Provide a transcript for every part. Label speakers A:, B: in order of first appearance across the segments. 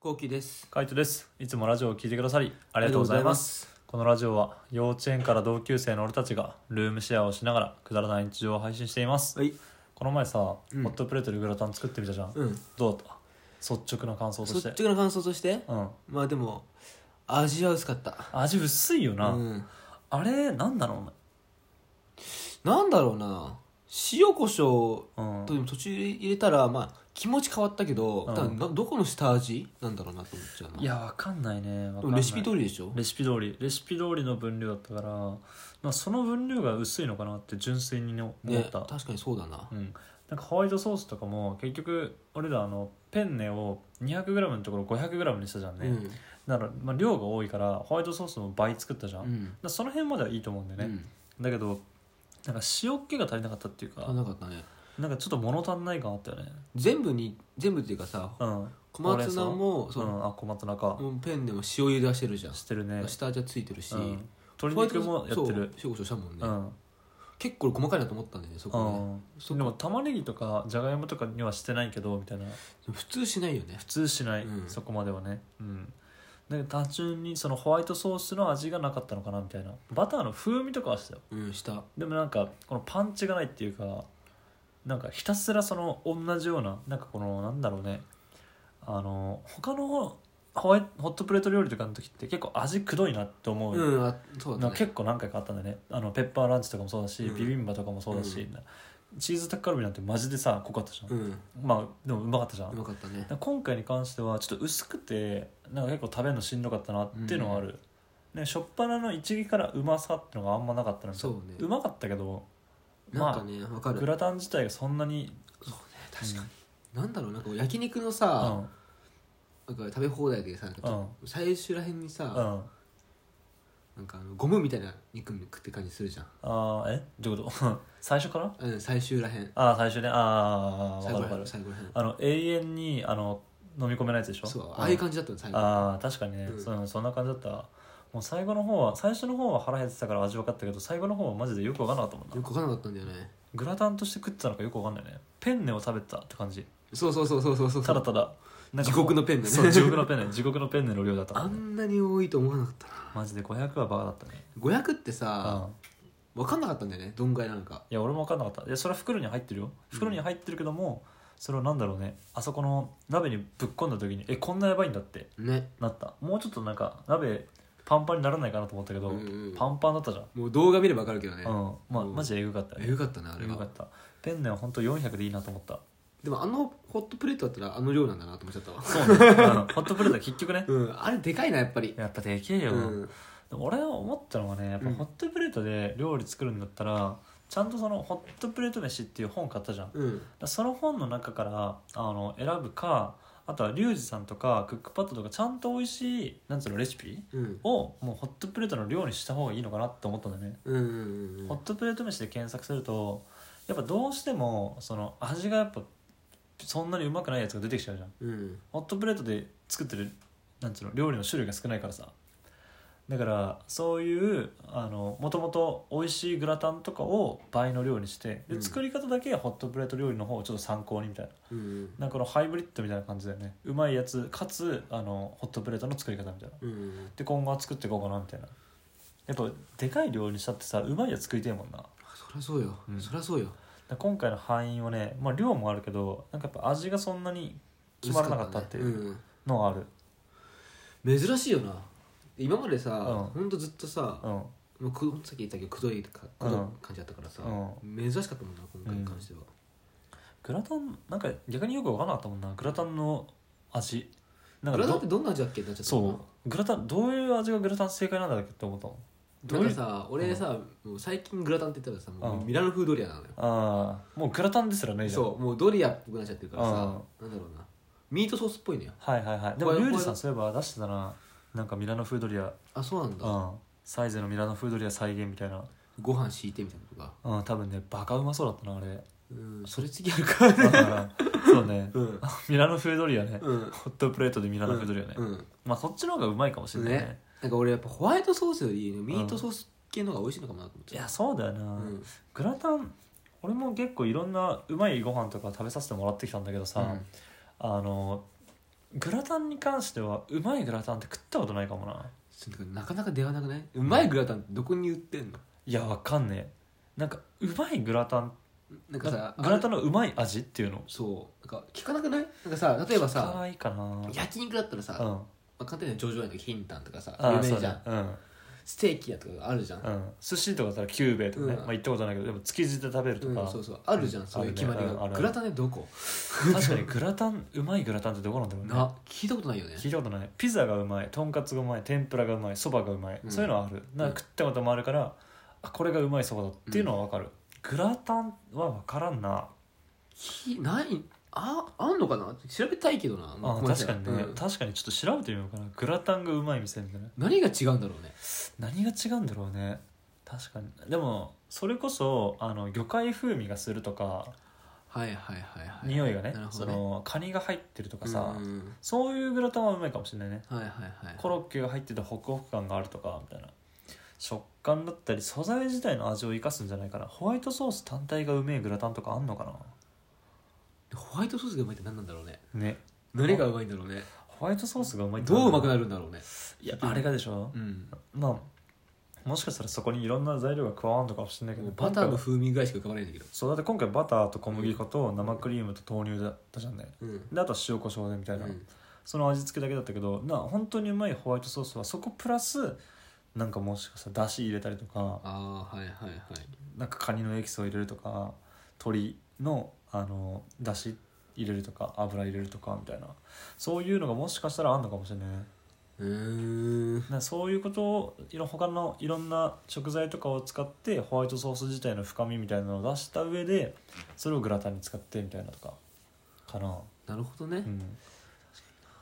A: こうきです。
B: カイトです。いつもラジオを聞いてくださりあ
A: あ
B: りがとうございます。
A: す。
B: このラジオは幼稚園から同級生の俺たちがルームシェアをしながらくだらない日常を配信しています。
A: はい。
B: この前さ、
A: うん
B: ホットプレートでグラタン作ってみたじゃん。
A: うん。
B: どうだった率直な感想とし
A: 率
B: て。
A: 直な感想として、
B: うん。
A: まあでも、味は薄かった。
B: 味薄いよな。
A: うん。
B: あれ、なんだろ
A: なんだろうな。塩コショ
B: うね。
A: ウ
B: う
A: と
B: ん。
A: でも途中入れたら、まあ、気持ち変わったけど、
B: うん。
A: 多分などこの下味なんだろうなと思っちゃうない
B: や、わかんないね。
A: で
B: わかん
A: も
B: ない
A: レシピ通りでしょ
B: レシピ通りレシピ通りの分量だったから、まあ、その分量が薄いのかなって純粋にね思
A: ね、
B: った、
A: 確かにそうだな。
B: うん、なんかホワイトソースとかも結局俺らあのペンネを 200g のところ 500g にしたじゃんね、
A: うん。
B: だから、まあ、量が多いからホワイトソースも倍作ったじゃん、
A: う
B: だか
A: ん。
B: らその辺まではいいと思うんだ
A: う
B: よね、
A: ん。
B: だけどなんか塩っ気が足りなかったっていう
A: あ
B: か
A: なかったね。
B: なんかちょっと物足んない感あったよね
A: 全部に、全部っていうかさ、
B: うん
A: 小松菜も、
B: う
A: その
B: ん、あ小松菜か、
A: もうペンでも塩茹ではしてるじゃん。
B: してるね、
A: 下味はついてるし。
B: うん、鶏肉もやってる
A: そう塩コショウしたもんね、
B: うん
A: 結構細かいなと思ったんだよねそこね、
B: う
A: そ
B: ん、
A: こ
B: でも玉ねぎとかじゃがいもとかにはしてないけどみたいな
A: 普通しないよね
B: 普通しない、
A: うん
B: そこまではねうんだけど単純にそのホワイトソースの味がなかったのかなみたいなバターの風味とかはしたよ
A: うんした
B: でもなんかこのパンチがないっていうかなんかひたすらその同じようななんかこのなんだろうねあの他のホワイホットプレート料理とかの時って結構味くどいなって思う、
A: うんあそうだ
B: な
A: っ
B: んか
A: たね
B: 結構何回かあったんだよねあのペッパーランチとかもそうだし、
A: うん
B: ビビンバとかもそうだし、
A: う
B: チーズタッカルビなんてマジでさ濃かったじゃん、
A: うん
B: まあでもうまかったじゃん
A: うまかったね
B: だから今回に関してはちょっと薄くてなんか結構食べるのしんどかったなっていうのはある、ねしょっぱなの一撃からうまさっていうのがあんまなかったの
A: そうね
B: うまかったけど
A: なんかねわ、かる
B: グラタン自体がそんなに
A: そうね確かに、なんだろうなんか焼肉のさ、なんか食べ放題でさなんか
B: うん
A: 最終らへんに
B: うん、う
A: さ、
B: ん、あ
A: なんかあのゴムみたいな肉食って感じするじゃん、
B: あーえどういうこと 最初から
A: うん、最終らへん
B: ああ最初ねああ分
A: 最
B: か
A: 後ら
B: る分か
A: へ
B: る
A: ん最後らへん
B: あの永遠にあの飲み込めないやつでしょ
A: そう
B: うん
A: ああいう感じだったの最後
B: ああ確かにね、
A: うん
B: そそんな感じだったもう最後の方は最初の方は腹減ってたから味分かったけど最後の方はマジでよく分かんなかったもんな
A: よくわかんなかったんだよね
B: グラタンとして食ってたのかよく分かんないねペンネを食べてたって感 じ
A: そうそうそうそうそうそう
B: ただただなんか
A: 地獄のペンネね
B: そう地獄のペンネ地獄のペンネの量だった
A: あ
B: もんね
A: んなに多いと思わなかったな
B: マジで500はバカだったね
A: 500って
B: うん
A: さ、分かんなかったんだよねどんぐらいなのか
B: いや俺も分かんなかったいやそれは袋に入ってるよ袋に入ってるけども、それをなんだろうねあそこの鍋にぶっ込んだ時にえこんなやばいんだって
A: ね
B: なったもうちょっとなんか鍋パンパンにならないかなと思ったけど、
A: うんうん
B: パンパンだったじゃん
A: もう動画見ればわかるけどね、
B: うんまあ
A: うん
B: マジでえぐかった
A: えぐかったねあれ
B: えぐか
A: は
B: ったペンネは本当400でいいなと思った
A: でもあのホットプレートだったらあの量なんだなと思っちゃったわ
B: そうね、うん、ホットプレートは結局ね
A: うんあれでかいなやっぱり
B: やっぱでけえよ、
A: うん
B: 俺は思ったのはねやっぱ
A: うん
B: ホットプレートで料理作るんだったら、ちゃんとそのホットプレート飯っていう本買ったじゃんだか
A: うん
B: らその本の中からあの選ぶかあとはリュウジさんとかクックパッドとかちゃんと美味しいなんつうのレシピ
A: うん
B: をもうホットプレートの量にした方がいいのかなって思ったんだよね
A: うんうんうん
B: ホットプレート飯で検索するとやっぱどうしてもその味がやっぱそんなにうまくないやつが出てきちゃうじゃん
A: うん
B: ホットプレートで作ってるなんつうの料理の種類が少ないからさだからそういうあのもともと美味しいグラタンとかを倍の量にして
A: う
B: で
A: ん
B: 作り方だけはホットプレート料理の方をちょっと参考にみたいな
A: うんうん
B: なんかこのハイブリッドみたいな感じだよねうまいやつかつあのホットプレートの作り方みたいな
A: うん
B: で今後は作っていこうかなみたいなやっぱでかい量にしたってさうまいやつ食いてえもんな
A: そりゃそうよ、
B: うん
A: そりゃそうよ
B: で今回の敗因はね、まあ、量もあるけどなんかやっぱ味がそんなに決まらなかったってい
A: 薄
B: う
A: かっ
B: のはある
A: たねうん珍しいよな今までさ、
B: う
A: ほ
B: ん
A: んとずっとさ、
B: うん
A: もうくさっき言ったけどくどいかくどい感じだったからさ、
B: う
A: 珍しかったもんな今回に関しては、
B: グラタンなんか逆によく分からなかったもんなグラタンの味なん
A: グ
B: か
A: ラタンっ
B: ど
A: てどんな味だっけってなっちゃったもんな
B: そうグラタンどういう味がグラタン正解なんだっけって思ったもんど
A: なん
B: うい
A: か
B: う
A: さ俺さ、もう最近グラタンって言ったらさもううんミラノ風ドリアなのよ、
B: ああもうグラタンですらねじゃん
A: そうもうドリアっぽくなっちゃってるからさ、なんだろうなミートソースっぽいのよ
B: はいはいはいでも
A: これ
B: リュウジさんそういえば出してたななんかミラノフードリア、
A: あそうなんだ、
B: うん、サイゼのミラノフードリア再現みたいな、
A: ご飯敷いてみたいなとか
B: うん、多分ねバカうまそうだったな あれ
A: うんそれ次あるからね
B: うんそう ね、
A: うん
B: ミラノフードリアね、
A: うん
B: ホットプレートでミラノフードリアね、
A: うん
B: まあそっちの方がうまいかもしれないね
A: ねなんか俺やっぱホワイトソースよりミートソース系の方が美味しいのかもなと思っ
B: い
A: ちゃ
B: やそうだよな、
A: う、うん
B: グラタン俺も結構いろんなうまいご飯とか食べさせてもらってきたんだけどさ、
A: うん
B: あのグラタンに関してはうまいグラタンって食ったことないかもな
A: ちょっとなかなか出はなくないうまいグラタンってどこに売ってんの
B: いやわかんねえなんかうまいグラタン
A: なんか
B: なん
A: さ
B: かグラ
A: あ
B: タンのうまい味っていうの
A: れそうなんか聞かなくないなんかさ例えば
B: 聞か
A: さ
B: ないかな
A: 焼肉だったらさ、
B: う
A: ま
B: ん
A: あ、簡単には上場屋のヒンタンとかさ
B: あ
A: 有
B: あそ
A: 名
B: う
A: じゃ
B: だ
A: ん
B: ねうん
A: ステーキ屋とかがあるじゃん、うん
B: うん、寿司とかだったらキューベイとかね、
A: うん
B: まあ、行ったことないけどでも築地で食べるとか、
A: そうそうあるじゃん、そういう決まり
B: あるね
A: が、
B: あるある
A: グラタンでどこ
B: 確かにグラタンうまいグラタンってどこなんだろうね
A: な聞いたことないよね
B: 聞いたことないピザがうまいとんかつがうまい天ぷらがうまいそばがうまい、
A: うん
B: そういうのはあるなんか食ったこともあるから、あこれがうまいそばだっていうのは分かる、グラタンは分からんな、
A: きないああんのかな調べたいけどな、ま
B: あ
A: ここまで
B: 確かにね、
A: うん
B: 確かにちょっと調べてみようかなグラタンがうまい店みたいな
A: 何が違うんだろうね
B: 何が違うんだろうね確かにでもそれこそあの魚介風味がするとか
A: はいはいはいはい
B: 匂いがね,、
A: なるほ
B: そ
A: どね
B: のカニが入ってるとかさ、
A: うんうん
B: そういうグラタンはうまいかもしれないね
A: はいはいはい
B: コロッケが入ってたホクホク感があるとかみたいな食感だったり素材自体の味を生かすんじゃないかなホワイトソース単体がうめえグラタンとかあんのか
A: ホワイトソースがうまいって何なんだろうね
B: なね
A: 何がうまいんだろうね
B: ホワイトソースがうまいって
A: どううまくな
B: る
A: るんだろうね
B: いやあれがでしょ
A: う、ん
B: まあもしかしたらそこにいろんな材料が加わるのかもしれないけ
A: も
B: ど
A: うバターの
B: 今回は
A: 風味ぐらいしか浮かばないんだけど
B: そうだって今回バターと小麦粉と生クリームと豆乳だったじゃんね
A: うん
B: であとは塩コショウでみた
A: う
B: いな、
A: ん
B: その味付けだけだったけどな本当にうまいホワイトソースはそこプラスなんかもしかしたらだし入れたりとか
A: ああはいはいはい
B: なんかカニのエキスを入れるとか鶏のあのだし入れるとか油入れるとかみたいなそういうのがもしかしたらあんのかもしれないう
A: ーん
B: なそういうことをいろ他のいろんな食材とかを使ってホワイトソース自体の深みみたいなのを出した上でそれをグラタンに使ってみたいなとかかな
A: なるほどね
B: うん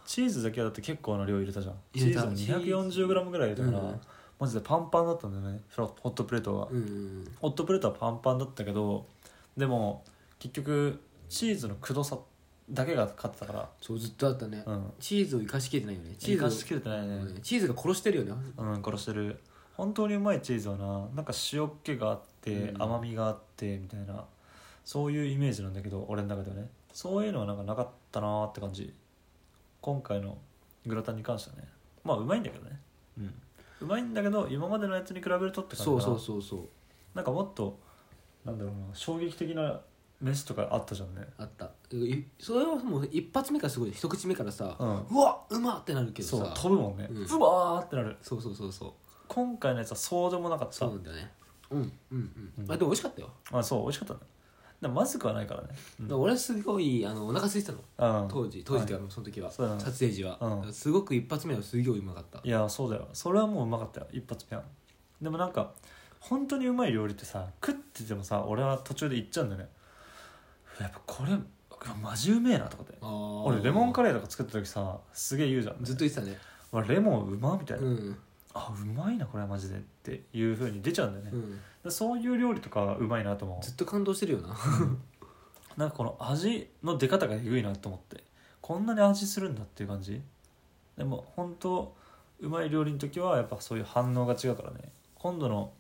B: チーズだけはだって結構な量入れたじゃんチ
A: 入れ
B: ー
A: た
B: ズも 240g ぐらい入れたから、
A: うん
B: マジでパンパンだったんだよねフラホットプレートは、
A: うん
B: ホットプレートはパンパンだったけどでも結局チーズのくどさだけが勝ってたか
A: そうずっとあったね
B: らうん
A: チーズを生かしきれてないよねチーズ
B: 生
A: を
B: かしきれてないね、
A: うんチーズが殺してるよね
B: うん殺してる本当にうまいチーズはななんか塩っ気があって、
A: うん
B: 甘みがあってみたいなそういうイメージなんだけど俺の中ではねそういうのはなんかなかったなーって感じ今回のグラタンに関してはねまあうまいんだけどねうんうまいんだけど今までのやつに比べるとって感じか
A: そ
B: な
A: うそうそうそう
B: なんかもっとなんだろうな衝撃的な飯とかあったじゃんね
A: あったいそれはもう一発目からすごい一口目からさ
B: うん
A: うわうまってなるけど
B: そう
A: さ
B: 飛ぶもんね、
A: う
B: うんわーってなる
A: そうそうそうそう
B: 今回のやつはそうでもなかった
A: そうなんだよねうんうんう
B: うんん
A: あでも美味しかったよ
B: まあそう美味しかったねでもまずくはないからねうん
A: だから俺すごいあのお腹空いてたの
B: うん
A: 当時当時っていうかその時は
B: そうだね
A: 撮影時は
B: うん
A: だからすごく一発目はすごいうまかった
B: いやそうだよそれはもううまかったよ一発目はでもなんか本当にうまい料理ってさ食っててもさ俺は途中で行っちゃうんだよねやっぱこれマジうめえなとかって俺
A: 俺
B: レモンカ
A: レ
B: レーとか作った時さすげえ言うじゃん、
A: ずっと言ってたね
B: わレモンうまみたいな、
A: うん
B: あうまいなこれマジでっていうふうに出ちゃうんだよね、
A: うん
B: でそういう料理とかうまいなと思
A: ずっと感動してるよな
B: うなんかこの味の出方がえぐいなと思ってこんなに味するんだっていう感じでも本当うまい料理の時はやっぱそういう反応が違うからね今度の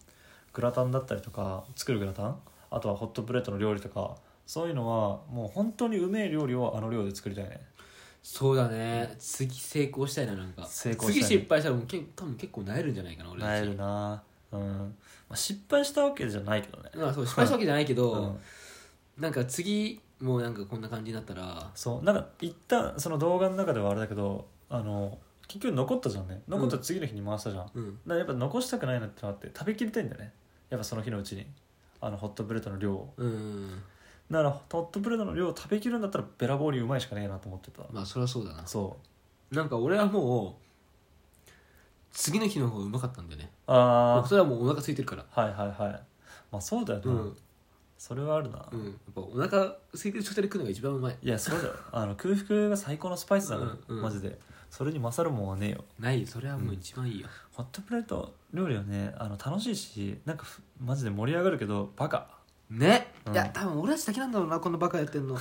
B: グラタンだったりとか作るグラタンあとはホットプレートの料理とかそういうのはもう本当にうめえ料理をあの量で作りたいね
A: そうだね次成功したいななんか
B: 成功したいね
A: 次失敗したらもうけ多分結構なえるんじゃないかな俺たち
B: なえるなうん、まあ、失敗したわけじゃないけどね
A: まあそう失敗したわけじゃないけど、
B: うん
A: なんか次もうなんかこんな感じになったら
B: そうなんか一旦その動画の中ではあれだけどあの結局残ったじゃんね残った次の日に回したじゃん、だか
A: うん
B: らやっぱ残したくないなってのがあって食べきりたいんだよねやっぱその日のうちにあのホットプレートの量を
A: うん
B: だからホットプレートの量を食べきるんだったらべらぼうにうまいしかねえなと思ってた、
A: まあそりゃそうだな
B: そう
A: なんか俺はもう次の日の方がうまかったんだよね
B: あ
A: それはもうお腹空いてるから
B: あはいはいはいまあそうだよな、
A: うん、
B: それはあるな、
A: うん、やっぱお腹空いてる状態で食うのが一番うまい
B: いやそうだよあの空腹が最高のスパイスだから、
A: うんうん
B: マジでそれに勝るもんはねえよ
A: ないそれはもう一番いいよ、
B: ホットプレート料理はねあの楽しいしなんかふマジで盛り上がるけどバカ
A: ね、
B: うん
A: いや多分俺たちだけなんだろうなこんなバカやってんの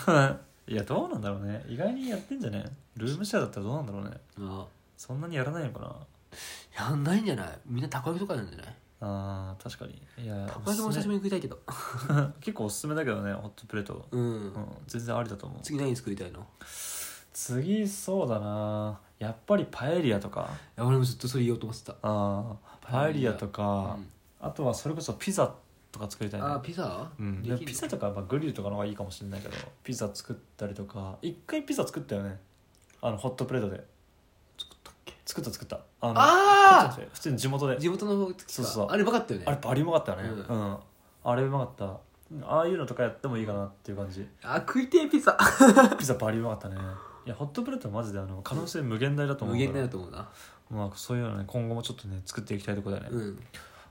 B: いやどうなんだろうね意外にやってんじゃねルームシェアだったらどうなんだろうね
A: あ
B: そんなにやらないのかな
A: やんないんじゃないみんなたこ焼きとかなんじゃない
B: あー確かにいや
A: たこ焼きも
B: お
A: 久
B: す
A: し
B: す
A: ぶ
B: め
A: りに食いたいけど
B: 結構おすすめだけどねホットプレート、
A: うん、
B: うん、全然ありだと思う
A: 次何作りたいの
B: 次そうだなやっぱりパエリアとか
A: や俺もずっとそれ言おうと思ってた
B: あーパエリアとか、
A: うん
B: あとはそれこそピザとか作りたい
A: あ
B: な
A: ーピザ、
B: うん、
A: できる
B: ピザとかまあグリルとかの方がいいかもしれないけどピザ作ったりとか一回ピザ作ったよねあのホットプレートで
A: 作ったっけ
B: 作った作ったあの
A: あ
B: こっちじゃなくて普通に地元で
A: あ地元の方作った
B: そうそう
A: あれ分かったよね
B: あれバリうまかったね
A: う
B: うん、あれうまかったうんああいうのとかやってもいいかなっていう感じ
A: あ食いてえピザ
B: ピザバリうまかったねいやホットプレートはマジであの可能性無限大だと思
A: 無
B: うから
A: 限 大だと思うな
B: まあ、そういうのね今後もちょっとね作っていきたいところだよね、
A: うん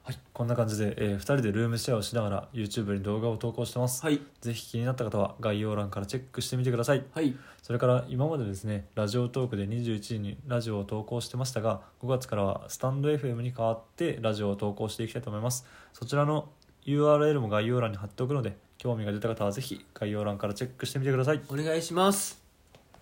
B: はいこんな感じで、え2人でルームシェアをしながら YouTube に動画を投稿してます、
A: はい
B: ぜひ気になった方は概要欄からチェックしてみてください
A: はい
B: それから今までですねラジオトークで21時にラジオを投稿してましたが5月からはスタンド FM に変わってラジオを投稿していきたいと思いますそちらの URL も概要欄に貼っておくので興味が出た方はぜひ概要欄からチェックしてみてください
A: お願いします